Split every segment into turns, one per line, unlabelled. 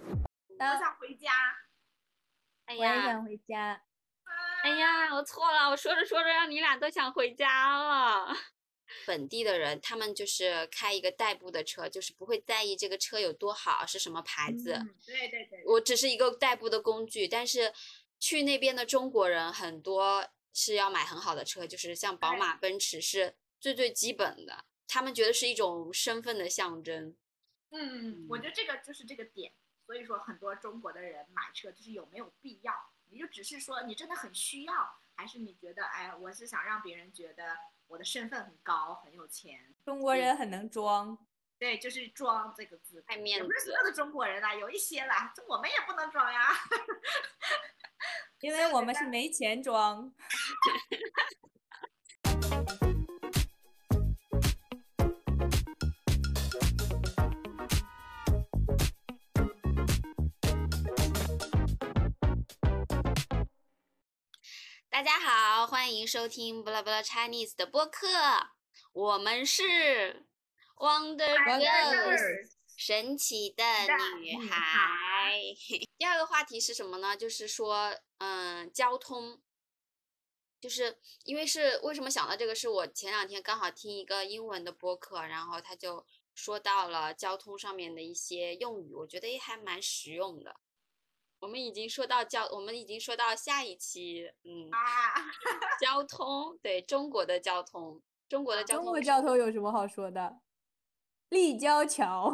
我想回家。
哎
我也
呀，
想回家。
哎呀，我错了，我说着说着让你俩都想回家了。 本地的人，他们就是开一个代步的车，就是不会在意这个车有多好，是什么牌子。
嗯
对对对，
我只是一个代步的工具，但是去那边的中国人很多是要买很好的车，就是像宝
对
马、奔驰是最最基本的，他们觉得是一种身份的象征。
嗯，我觉得这个就是这个点，所以说很多中国的人买车就是有没有必要，你就只是说你真的很需要，还是你觉得哎，我是想让别人觉得我的身份很高，很有钱。
中国人很能装，
对，就是装这个字，哎
爱
也
面
不是所
子，
有的中国人啊啦，有一些啦，这我们也不能装呀。
因为我们是没钱装。
大家好，欢迎收听《不拉不拉 Chinese》的播客，我们是 Wonder
哎
Girls。神奇的
的
女
女
孩。 第二个话题是什么呢？就是说，嗯，交通，就是因为是为什么想到这个？是我前两天刚好听一个英文的播客，然后他就说到了交通上面的一些用语，我觉得也还蛮实用的。我们已经说到交，我们已经说到下一期，嗯，
啊，
交通，对中国的交通，中国的交
啊中
通
国
是
交通有什么好说的？立交桥，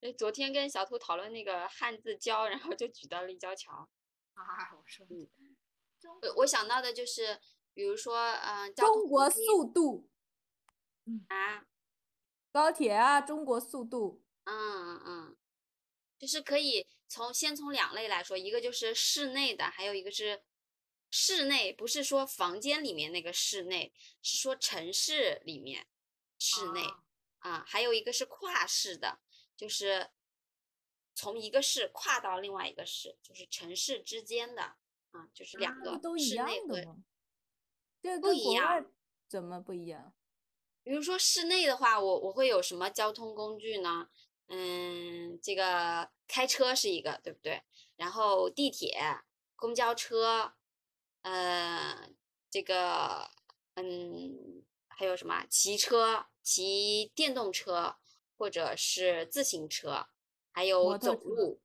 哎，昨天跟小兔讨论那个汉字“交”，然后就举到立交桥。
好好好，我说
嗯
中
我我想到的就是，比如说，嗯、交通
中国
工具
速度，
啊，
高铁啊，中国速度，
嗯嗯，就是可以从先从两类来说，一个就是室内的，还有一个是室内，不是说房间里面那个室内，是说城市里面室内
啊
啊，还有一个是跨市的，就是从一个市跨到另外一个市，就是城市之间的啊，就是两
这
个
都一
室
样
内和
的吗？这个
不
跟
一
国外
样
怎么不一样？
比如说室内的话，我我会有什么交通工具呢？嗯，这个开车是一个，对不对？然后地铁、公交车，呃，这个嗯，还有什么啊骑车、骑电动车或者是自行车，还有
摩托
走
车
路，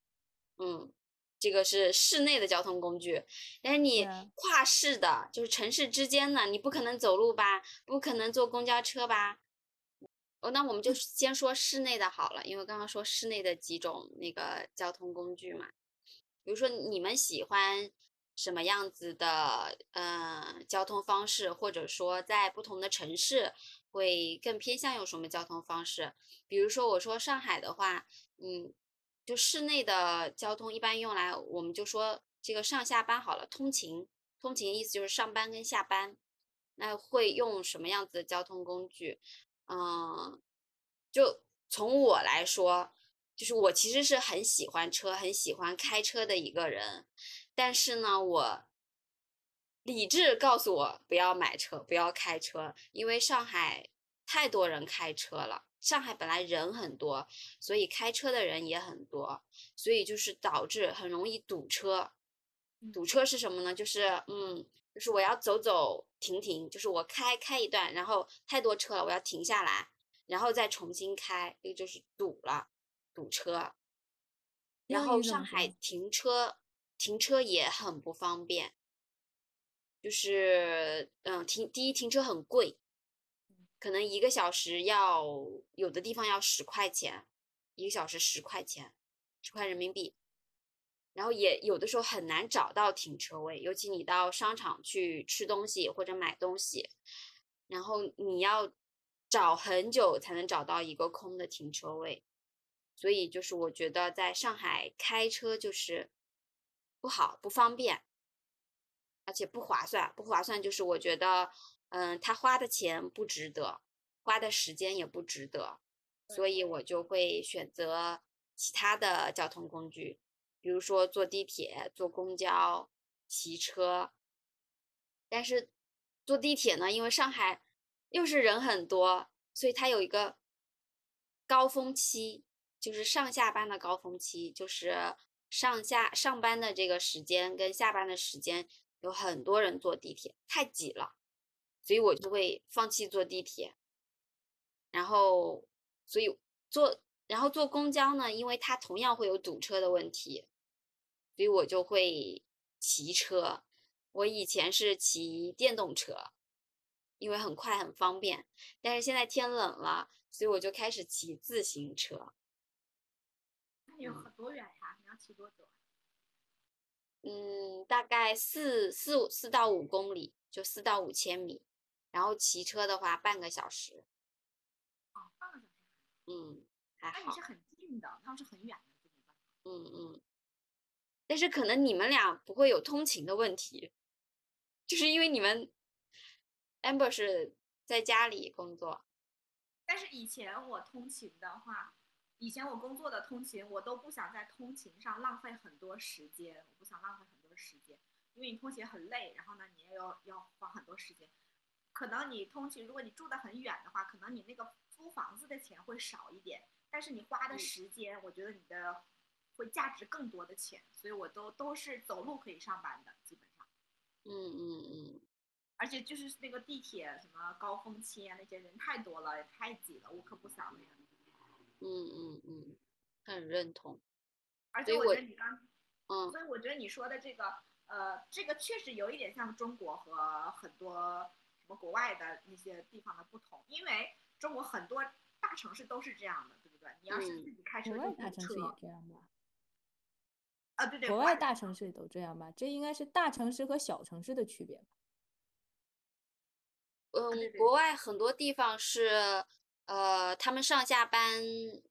嗯，这个是室内的交通工具。但是哎你
啊
跨市的，就是城市之间的，你不可能走路吧，不可能坐公交车吧。哦，那我们就先说室内的好了，因为刚刚说室内的几种那个交通工具嘛，比如说你们喜欢什么样子的呃交通方式，或者说在不同的城市会更偏向有什么交通方式？比如说我说上海的话，嗯，就室内的交通一般用来，我们就说这个上下班好了，通勤，通勤意思就是上班跟下班，那会用什么样子的交通工具？嗯，就从我来说，就是我其实是很喜欢车、很喜欢开车的一个人，但是呢，我理智告诉我不要买车，不要开车，因为上海太多人开车了。上海本来人很多，所以开车的人也很多，所以就是导致很容易堵车。
嗯
堵车是什么呢？就是嗯，就是我要走走停停，就是我开开一段，然后太多车了，我要停下来，然后再重新开，这个就是堵了，堵车。
英
然后
语怎
上
么
海
说
停车停车也很不方便，就是嗯停第一停车很贵，
嗯
可能一个小时要有的地方要十块钱，一个小时十块钱，十块人民币。然后也有的时候很难找到停车位，尤其你到商场去吃东西或者买东西，然后你要找很久才能找到一个空的停车位。所以就是我觉得在上海开车就是不好、不方便，而且不划算。不划算就是我觉得，嗯，他花的钱不值得，花的时间也不值得，所以我就会选择其他的交通工具，比如说坐地铁、坐公交、骑车。但是坐地铁呢，因为上海又是人很多，所以它有一个高峰期，就是上下班的高峰期，就是上下上班的这个时间跟下班的时间，有很多人坐地铁，太挤了，所以我就会放弃坐地铁。然后，所以坐，然后坐公交呢，因为它同样会有堵车的问题，所以我就会骑车。我以前是骑电动车，因为很快很方便，但是现在天冷了，所以我就开始骑自行车。
那有很多远呀、你要骑多久啊？
嗯，大概四四五四到五公里，就四到五千米。然后骑车的话，半个小时。
哦，半个小时。
嗯，还
那你
好
是。很近的，那是很远的，这没办法。
嗯嗯。但是可能你们俩不会有通勤的问题，就是因为你们 Amber 是在家里工作。
但是以前我通勤的话，以前我工作的通勤，我都不想在通勤上浪费很多时间，我不想浪费很多时间，因为你通勤很累，然后呢，你也要要花很多时间。可能你通勤，如果你住得很远的话，可能你那个租房子的钱会少一点，但是你花的
嗯
时间，我觉得你的会价值更多的钱，所以我都都是走路可以上班的，基本上。
嗯嗯嗯。
而且就是那个地铁什么高峰期啊，那些人太多了，也太挤了，我可不想那样。
嗯嗯嗯，很认同。
而
所
且
以
我
我
觉得你刚，
嗯
所以我觉得你说的这个，呃，这个确实有一点像中国和很多什么国外的那些地方的不同，因为中国很多大城市都是这样的，对不对？你要是
嗯
自己开车
国
就
外
堵
大城市也
车
这样吧？
啊，对对，
国
国
外
的
大城市都这样吧？这应该是大城市和小城市的区别吧？
对
嗯，
对
国外很多地方是，呃，他们上下班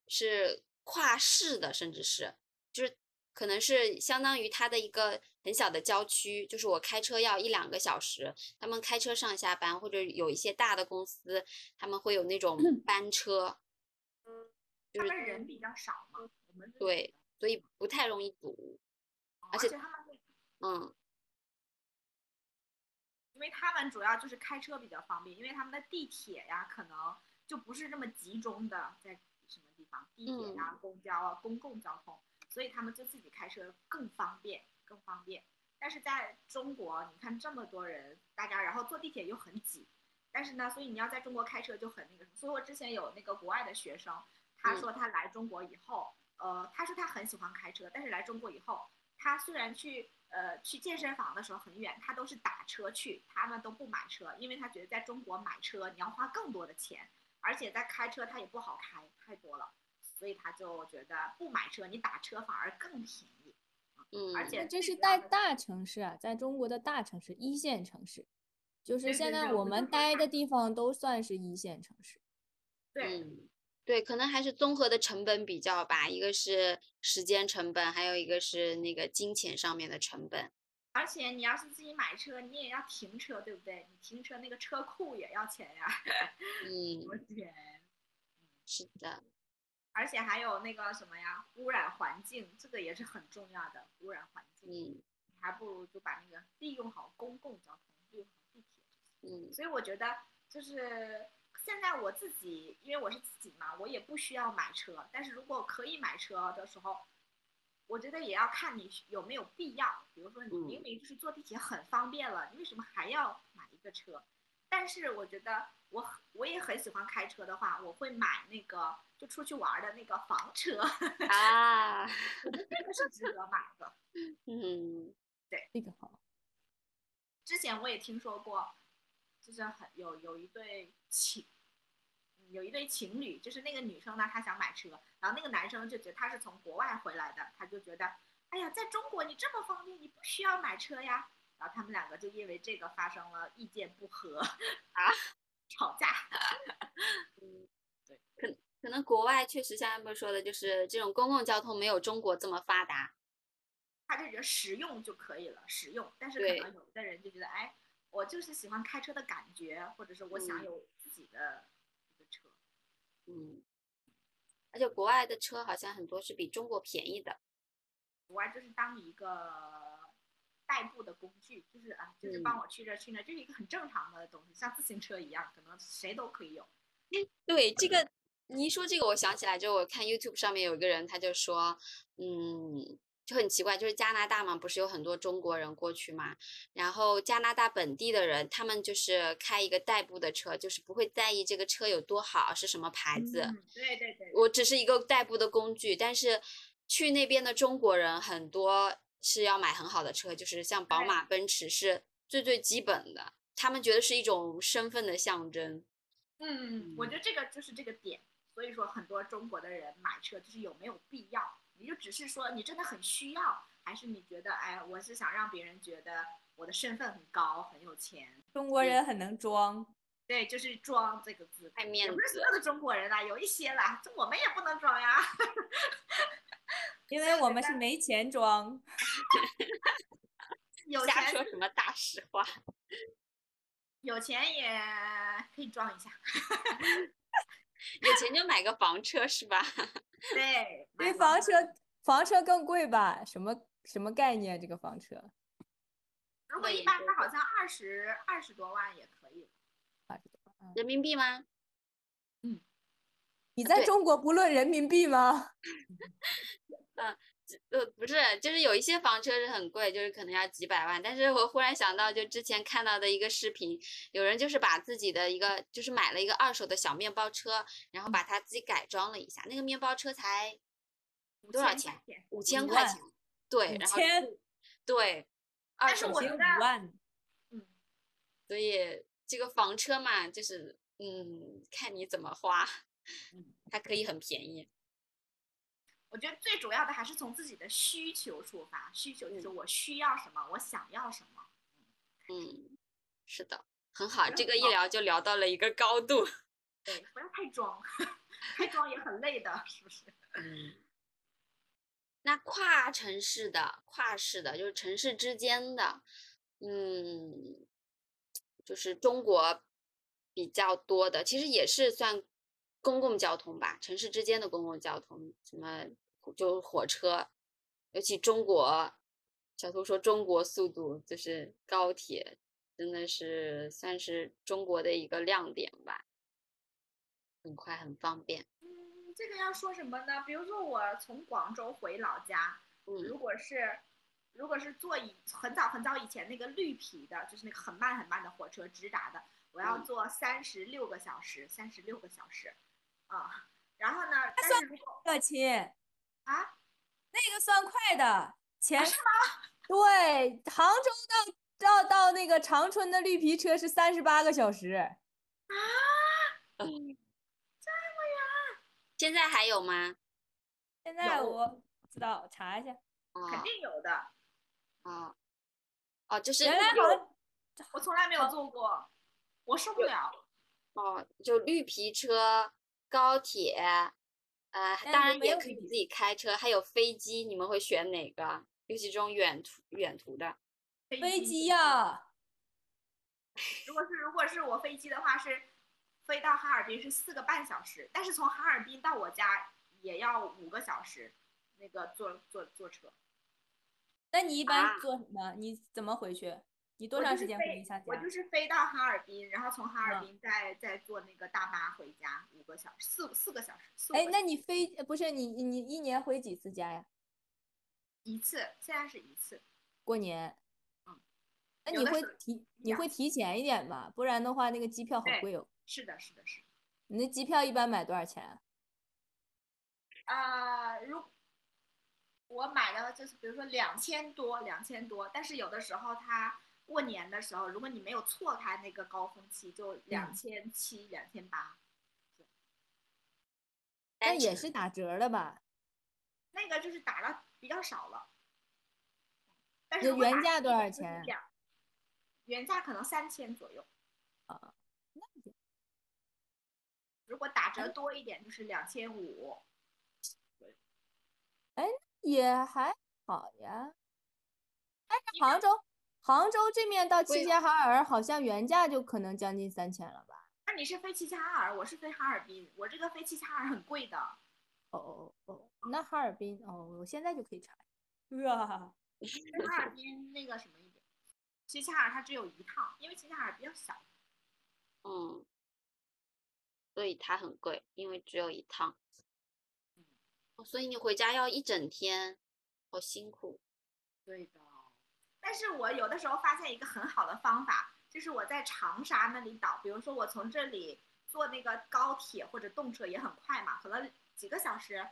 是跨市的，甚至是就是可能是相当于它的一个很小的郊区，就是我开车要一两个小时，他们开车上下班，或者有一些大的公司，他们会有那种
嗯
班车，就
他
是
们人比较少嘛，我们是
对，所以不太容易堵。
哦
而
而
且
他们会，
嗯
因为他们主要就是开车比较方便，因为他们的地铁呀，可能就不是那么集中的在什么地方，地铁呀、公交啊、公共交通，所以他们就自己开车更方便，更方便。但是在中国，你看这么多人，大家然后坐地铁又很挤，但是呢，所以你要在中国开车就很那个什么。所以我之前有那个国外的学生，他
嗯
说他来中国以后，呃，他说他很喜欢开车，但是来中国以后，他虽然去呃去健身房的时候很远，他都是打车去，他们都不买车，因为他觉得在中国买车你要花更多的钱，而且在开车他也不好开，太多了，所以他就觉得不买车，你打车反而更便宜。
嗯，
而且
那这
最
是
主
在
要的
大城市啊，在中国的大城市、一线城市，就是
对
现
对
在
对
我
我就
们
说
待
大
的地方都算是一线城市。
对，
嗯，对，可能还是综合的成本比较吧，一个是时间成本，还有一个是那个金钱上面的成本。
而且你要是自己买车，你也要停车，对不对？你停车那个车库也要钱呀，
嗯，
多钱？
是的，
而且还有那个什么呀，污染环境，这个也是很重要的，污染环境，
嗯
还不如就把那个利用好公共交通，利用好地铁。
嗯
所以我觉得就是现在我自己，因为我是自己嘛，我也不需要买车。但是如果可以买车的时候，我觉得也要看你有没有必要。比如说，你
嗯
明明就是坐地铁很方便了，你为什么还要买一个车？但是我觉得我很我也很喜欢开车的话，我会买那个就出去玩儿的那个房车，
啊，
这个是值得买的。
嗯
这个好，
之前我也听说过，就是很有有一对情，嗯有一对情侣，就是那个女生呢，她想买车，然后那个男生就觉得他是从国外回来的，他就觉得，哎呀，在中国你这么方便，你不需要买车呀。然后他们两个就因为这个发生了意见不合啊，吵架。
可能国外确实像 Amber 说的，就是这种公共交通没有中国这么发达。
他就觉得实用就可以了，实用。但是
对
可能有的人就觉得，哎，我就是喜欢开车的感觉，或者是我想
嗯
有自己的一个车。
嗯，而且国外的车好像很多是比中国便宜的。
国外就是当一个代步的工具，就是啊，
嗯
就是帮我去这儿去那儿，这是一个很正常的东西，像自行车一样，可能谁都可以有。
对，这个你一说这个，我想起来，就我看 YouTube 上面有一个人，他就说，嗯，就很奇怪，就是加拿大嘛，不是有很多中国人过去嘛，然后加拿大本地的人，他们就是开一个代步的车，就是不会在意这个车有多好，是什么牌子，
嗯，对对对，
我只是一个代步的工具，但是去那边的中国人很多是要买很好的车，就是像宝
对
马、奔驰是最最基本的，他们觉得是一种身份的象征。
嗯，我觉得这个就是这个点，所以说很多中国的人买车就是有没有必要，你就只是说你真的很需要，还是你觉得哎，我是想让别人觉得我的身份很高，很有钱，
中国人很能装，
对，就是装这个字，
爱
也
面
不是所
子，
有的中国人啦，有一些啦，这我们也不能装呀。
因为我们是没钱装。
有
瞎
钱
说什么大实话？
有钱也可以装一下，
有钱就买个房车是吧？
对，
因
买
为房
房
车，房车更贵吧？什么什么概念？这个房车
如果一
也
般
是
的，好像二十二十多万也可以。
啊，这个
人民币吗？
你在
对
中国不论人民币吗？
呃，不是，就是有一些房车是很贵，就是可能要几百万。但是我忽然想到，就之前看到的一个视频，有人就是把自己的一个，就是买了一个二手的小面包车，然后把它自己改装了一下，那个面包车才
五
多少
千
钱
块钱？
五千
五
块
万
钱，对，
五
然后
千
自对，二
但是
手
我
车
觉
五
得
万，
嗯，
所以这个房车嘛，就是嗯，看你怎么花，它可以很便宜，
我觉得最主要的还是从自己的需求出发，需求就是我需要什么，我想要什么。
嗯，是的，很好，
那
这个一
好
聊就聊到了一个高度，
对，不要太装，太装也很累的，是不是？
嗯，那跨城市的、跨市的，就是城市之间的，嗯，就是中国比较多的，其实也是算公共交通吧，城市之间的公共交通，什么就是火车，尤其中国，小图说中国速度就是高铁，真的是算是中国的一个亮点吧，很快很方便，
嗯，这个要说什么呢？比如说我从广州回老家，
嗯。
如果是如果是坐以很早很早以前那个绿皮的，就是那个很慢很慢的火车直达的，我要
嗯
坐三十六个小时，三十六个小时，啊，然后呢，但是如果
乐亲，
啊，
那个算快的，前是吗？对，杭州到到到那个长春的绿皮车是三十八个小时，
现在还有吗？
现在
有
我不知道查一下，
肯
啊
定有的，
啊哦，就是
原来
有
好像
我从来没有坐过，我受不了。
哦，就绿皮车、高铁，呃，
但
当
是
然
没
也
有
可以
绿皮
自己开车，还有飞机，你们会选哪个？尤其这种远途远途的，
飞机
呀、
呀，
如果是如果是我飞机的话，是飞到哈尔滨是四个半小时，但是从哈尔滨到我家也要五个小时，那个坐坐坐车。
那你一般
啊
做什么？你怎么回去？你
我
多
就
长
是
时间
飞
回一下
我
家
就？是飞到哈尔滨，然后从哈尔
嗯
滨再再坐那个大巴回家，五个小时，四四个小时，四五
哎，
个
那
小时
你飞不是你你一年回几次家呀？
一次，现在是一次。
过年
嗯？
那
有
你
的
会
时候
提你
两
会提前一点吧，不然的话那个机票好
对
贵哦。
是的，是的，是的。
你那机票一般买多少钱啊？
啊，如我买的就是比如说两千多，两千多，但是有的时候它过年的时候，如果你没有错开那个高峰期，就
嗯
两千七、两千八，
那
单
也
程
是打折的吧？
那个就是打了比较少了。但
那
是如果
原
打
价
折
多
的
少
就是
钱啊
两原价可能三千左右，
啊那哎也
如果打折多一点就是两千五。
也还好呀。但
因
是
为
杭州，杭州这面到
贵
齐齐哈尔，好像原价就可能将近三千了吧？
那你是飞齐齐哈尔，我是飞哈尔滨，我这个飞齐齐哈尔很贵的。
哦哦哦哦，那哈尔滨哦，我现在就可以查。哇，
跟哈尔滨那个什么一点，齐齐哈尔它只有一趟，因为齐齐哈尔比较小。
嗯，所所以它很贵，因为只有一趟。
嗯
哦所以你回家要一整天，好辛苦。
对的。但是我有的时候发现一个很好的方法，就是我在长沙那里倒，比如说我从这里坐那个高铁或者动车也很快嘛，可能几个小时，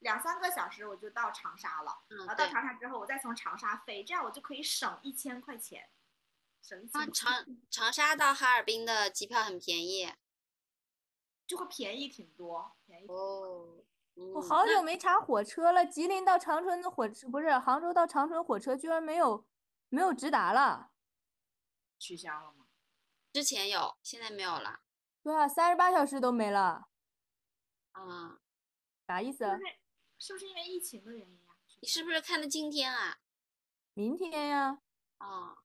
两三个小时我就到长沙了。然后
啊
嗯，
到
对。
长沙之后，我再从长沙飞，这样我就可以省一千块钱，省一千，
啊
块
长长沙到哈尔滨的机票很便宜
就会便宜挺多，便宜。
哦。嗯，
我好
那
久 没查火车了，吉林到长春的火车不是杭州到长春火车居然没有没有直达了。
取消了吗？
之前有，现在没有了。
对啊，三十八小时都没了，
啊，
啥意思
是
啊
不？是是不是因为疫情的原因呀、
你是不是看的今天啊？
明天呀，
哦，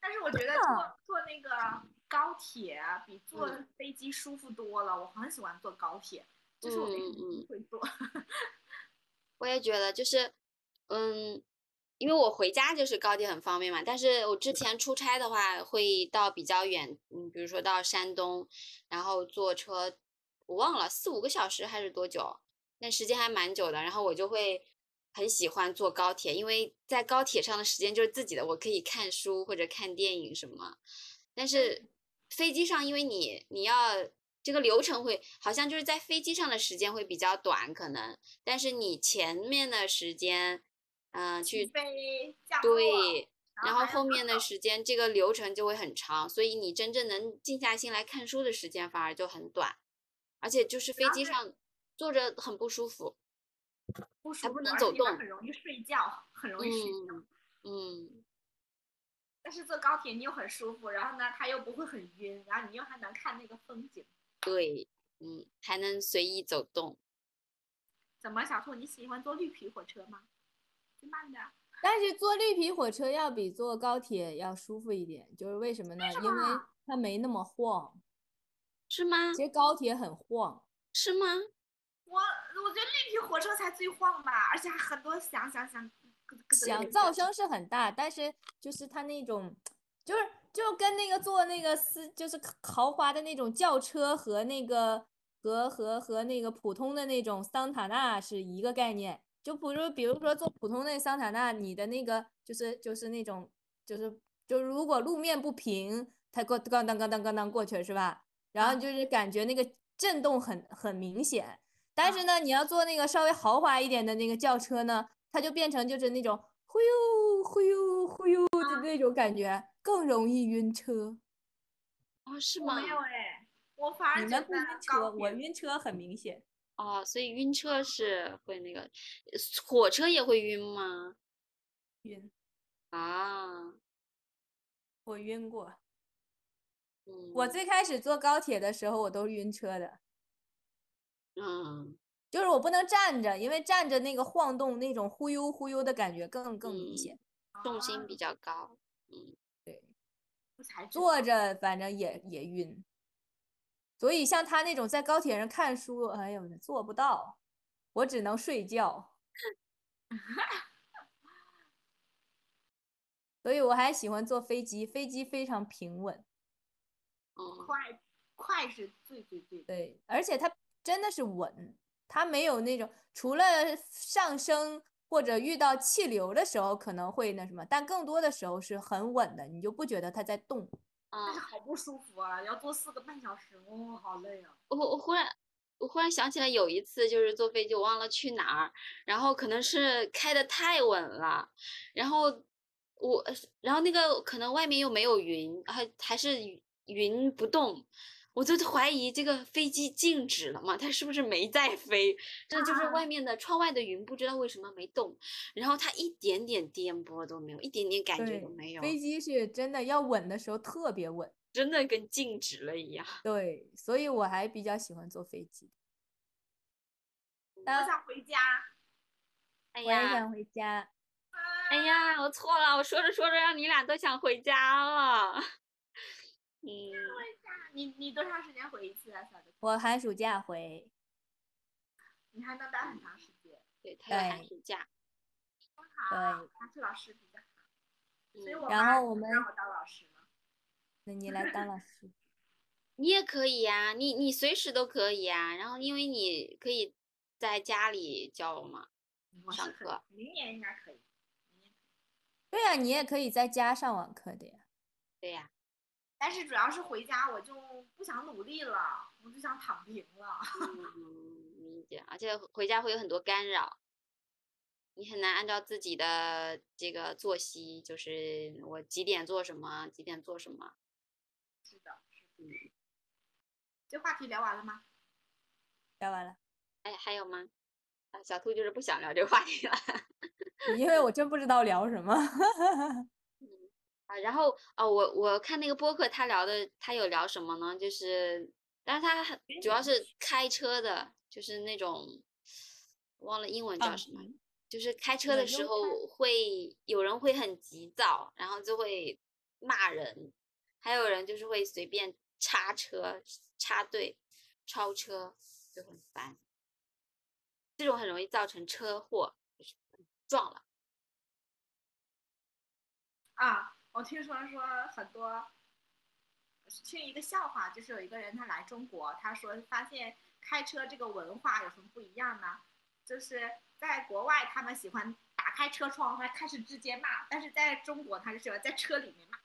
但是我觉得
真
坐坐那个高铁啊比坐
啊嗯
飞机舒服多了，我很喜欢坐高铁，就是我没什么
嗯嗯
机会坐。
我也觉得就是，嗯，因为我回家就是高铁很方便嘛，但是我之前出差的话会到比较远，嗯，比如说到山东，然后坐车，我忘了四五个小时还是多久，但时间还蛮久的。然后我就会很喜欢坐高铁，因为在高铁上的时间就是自己的，我可以看书或者看电影什么。但是飞机上，因为你你要这个流程会，好像就是在飞机上的时间会比较短，可能，但是你前面的时间，嗯、去
起 飞降落，
对，然后
还要
后面的时间这个流程就会很长，所以你真正能静下心来看书的时间反而就很短，而且就是飞
要
机
是
上坐着很不舒服。
不舒服
不能
而且
走
一般
动
很容易睡觉，很容易睡觉。
嗯嗯，
但是坐高铁你又很舒服，然后呢，它又不会很晕，然后你又还能看那个风景。
对，嗯，还能随意走动。
怎么，小兔，你喜欢坐绿皮火车吗？最慢的。呃
但是坐绿皮火车要比坐高铁要舒服一点，就是为什么啊呢？
什
因为
么
它没那么晃，
是吗？
其实高铁很晃。
是吗？
我我觉得绿皮火车才最晃吧，而且还很多响响响，咯咯咯
响
咯
噪
咯
声是很大，但是就是它那种，就是就跟那个坐那个私就是豪华的那种轿车和那个和和和那个普通的那种桑塔纳是一个概念。就比如比如说坐普通的桑塔纳，你的那个就是就是那种就是就如果路面不平，它咣咣当咣当咣当过去是吧？然后
啊
就是感觉那个震动很很明显。但是呢，你要坐那个稍微豪华一点的那个轿车呢，它就变成就是那种忽悠忽悠忽悠的那种感觉，更容易晕车。
哦，是
我
吗
没？有哎，我反而
你
觉
们不
得
晕
高
车，
铁
我晕车很明显。
哦，所以晕车是会那个，呃火车也会晕吗？
晕，
啊，
我晕过。
嗯，
我最开始坐高铁的时候，我都是晕车的，
嗯
就是我不能站着，因为站着那个晃动那种忽悠忽悠的感觉更更明
嗯
显。
重
啊
心比较高，嗯，
我才知道
坐着反正也也晕，所以像他那种在高铁上看书，哎呦，做不到，我只能睡觉。 所以我还喜欢坐飞机，飞机非常平稳，
哦，
快快是最最最的
对，而且它真的是稳，它没有那种除了上升或者遇到气流的时候可能会那什么，但更多的时候是很稳的，你就不觉得它在动。
但是
啊，
好不舒服啊，要坐四个半小时，哦，好累啊。
我我忽然。我忽然想起来有一次，就是坐飞机，我忘了去哪儿，然后可能是开的太稳了，然后我，然后那个可能外面又没有云，还还是云云不动，我就怀疑这个飞机静止了嘛，它是不是没在飞？这就是
啊
外面的窗外的云不知道为什么没动，然后它一点点颠簸都没有，一点点感觉
对
都没，有，
飞机是真的要稳的时候特别稳。
真的跟静止了一样。
对，所以我还比较喜欢坐飞机。
我
那
想回家，
哎
我也
呀，
想回家。
哎呀，我错了，我说着说着让你俩都想回家了。嗯，
你你多长时间回一次啊，小的？
我寒暑假回，
你还能待很长时间。
对，他有寒
对
暑假，
好，
对，
还是老师比较好，所以
嗯
我
然
妈
后我
不
们
让我当老师嘛。
那你来当老师。
你也可以呀、你你随时都可以呀、然后因为你可以在家里教嘛，
我是
上
可
课
以明年应该可以。明年
对呀、你也可以在家上网课的呀。
对呀、
但是主要是回家我就不想努力了，我就想躺平了。
嗯，理解。而且回家会有很多干扰，你很难按照自己的这个作息，就是我几点做什么，几点做什么。
是的，是的。这话题聊完了吗？
聊完了，
哎，还有吗？啊，小兔就是不想聊这个话题了
因为我真不知道聊什么。
啊。然后哦，我我看那个播客，他聊的他有聊什么呢？就是，但是他还主要是开车的，就是那种忘了英文叫
放
什么。就是开车
有
的
优
时
待
候会有人会很急躁，然后就会骂人，还有人就是会随便插车、插队、超车，就很烦。这种很容易造成车祸，就是撞了。
啊，我听说说很多，听一个笑话，就是有一个人他来中国，他说发现开车这个文化有什么不一样呢？就是在国外他们喜欢打开车窗，他开始直接骂，但是在中国他是喜欢在车里面骂。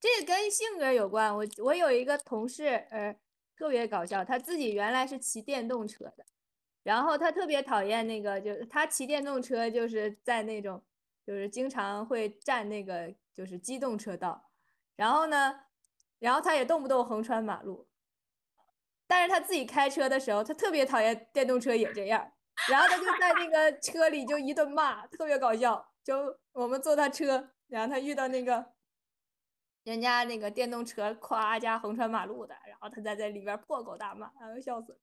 这个跟性格有关。我我有一个同事，呃，特别搞笑，他自己原来是骑电动车的，然后他特别讨厌那个，就是他骑电动车就是在那种，就是经常会占那个就是机动车道，然后呢，然后他也动不动横穿马路，但是他自己开车的时候，他特别讨厌电动车也这样，然后他就在那个车里就一顿骂，特别搞笑。就我们坐他车，然后他遇到那个人家那个电动车咵一下横穿马路的，然后他在在里边儿破口大骂，哎呦笑死了。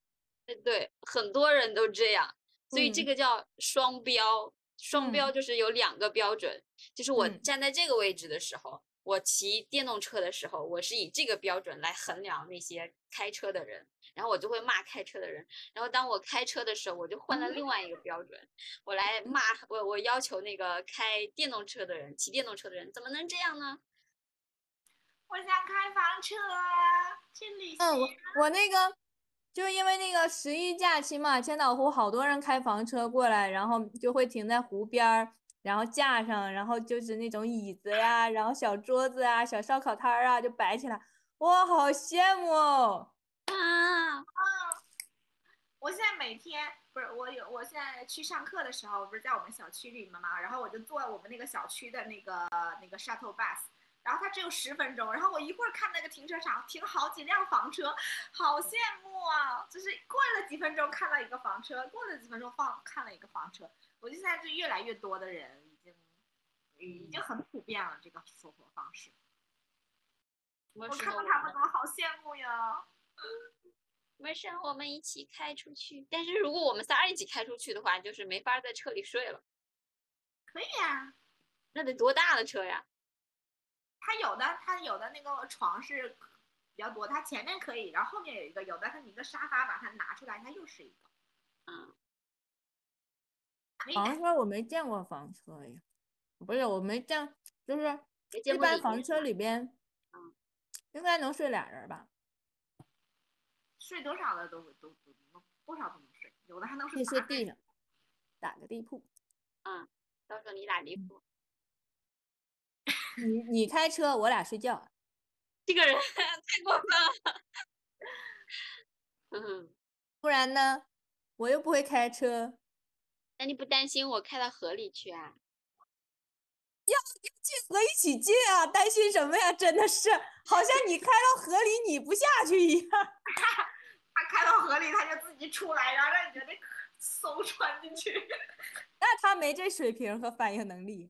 哎对，很多人都这样，所以这
嗯
个叫双标。双标
嗯
就是有两个标准，就是我
嗯
站在这个位置的时候，我骑电动车的时候，我是以这个标准来衡量那些开车的人，然后我就会骂开车的人。然后当我开车的时候，我就换了另外一个标准，我来骂我我要求那个开电动车的人，骑电动车的人怎么能这样呢？
我想开房车去旅行。
嗯，我我那个就是因为那个十一假期嘛，千岛湖好多人开房车过来，然后就会停在湖边儿，然后架上，然后就是那种椅子呀，然后小桌子啊，小烧烤摊儿啊，就摆起来，哇，好羡慕哦！
啊，
我现在每天不是我有，我现在去上课的时候，不是在我们小区里面嘛，然后我就坐我们那个小区的那个那个 shuttle bus，然后它只有十分钟，然后我一会儿看那个停车场停好几辆房车，好羡慕啊！就是过了几分钟看到一个房车，过了几分钟放看了一个房车，我就现在就越来越多的人已经已
嗯
经很普遍了这个生活方式，
什么
我
时
看
候
到
我
他
们
们我好羡慕呀！
什么时候我们一起开出去？但是如果我们仨一起开出去的话，就是没法儿在车里睡了。
可以啊。
那得多大的车呀？
它有的它有的那个床是比较多，它前面可以，然后后面有一个，有的它你一个沙发把它拿出来，它又是一个，
嗯，哎
可以
房
的。
车我没见过房车哎呀，不是我没见，就是
没见
一
过
般
里
房
面
车
嘛
里边
嗯，
应该能睡俩人儿吧？
睡多少的都都都都多少都能睡，有的还能
可以
睡
睡
八个
地上，打个地铺。
到时候你俩离
嗯
谱，
你你开车，我俩睡觉。啊
这个人 太过分了。 嗯，
不然呢，我又不会开车，
那你不担心我开到河里去啊？
和一起进啊，担心什么呀？真的是，好像你开到河里你不下去一样。
它开到河里，它就自己出来， 然后让你觉得嗖穿进去。
那他没这水平和反应能力。